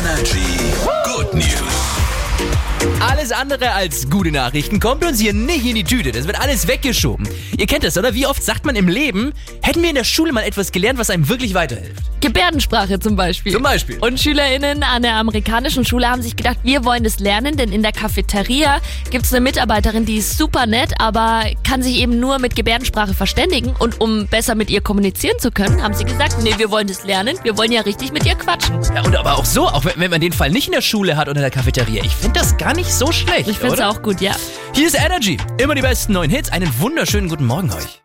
Energy Good News. Alles andere als gute Nachrichten kommt uns hier nicht in die Tüte. Das wird alles weggeschoben. Ihr kennt das, oder? Wie oft sagt man im Leben, hätten wir in der Schule mal etwas gelernt, was einem wirklich weiterhilft? Gebärdensprache zum Beispiel. Zum Beispiel. Und SchülerInnen an der amerikanischen Schule haben sich gedacht, wir wollen das lernen, denn in der Cafeteria gibt es eine Mitarbeiterin, die ist super nett, aber kann sich eben nur mit Gebärdensprache verständigen. Und um besser mit ihr kommunizieren zu können, haben sie gesagt, nee, wir wollen das lernen, wir wollen ja richtig mit ihr quatschen. Ja, und aber auch so, auch wenn wenn man den Fall nicht in der Schule hat oder in der Cafeteria. Ich finde das gar nicht so schlecht. Ich finde es oder? auch gut, ja. Hier ist Energy. Immer die besten neuen Hits. Einen wunderschönen guten Morgen euch.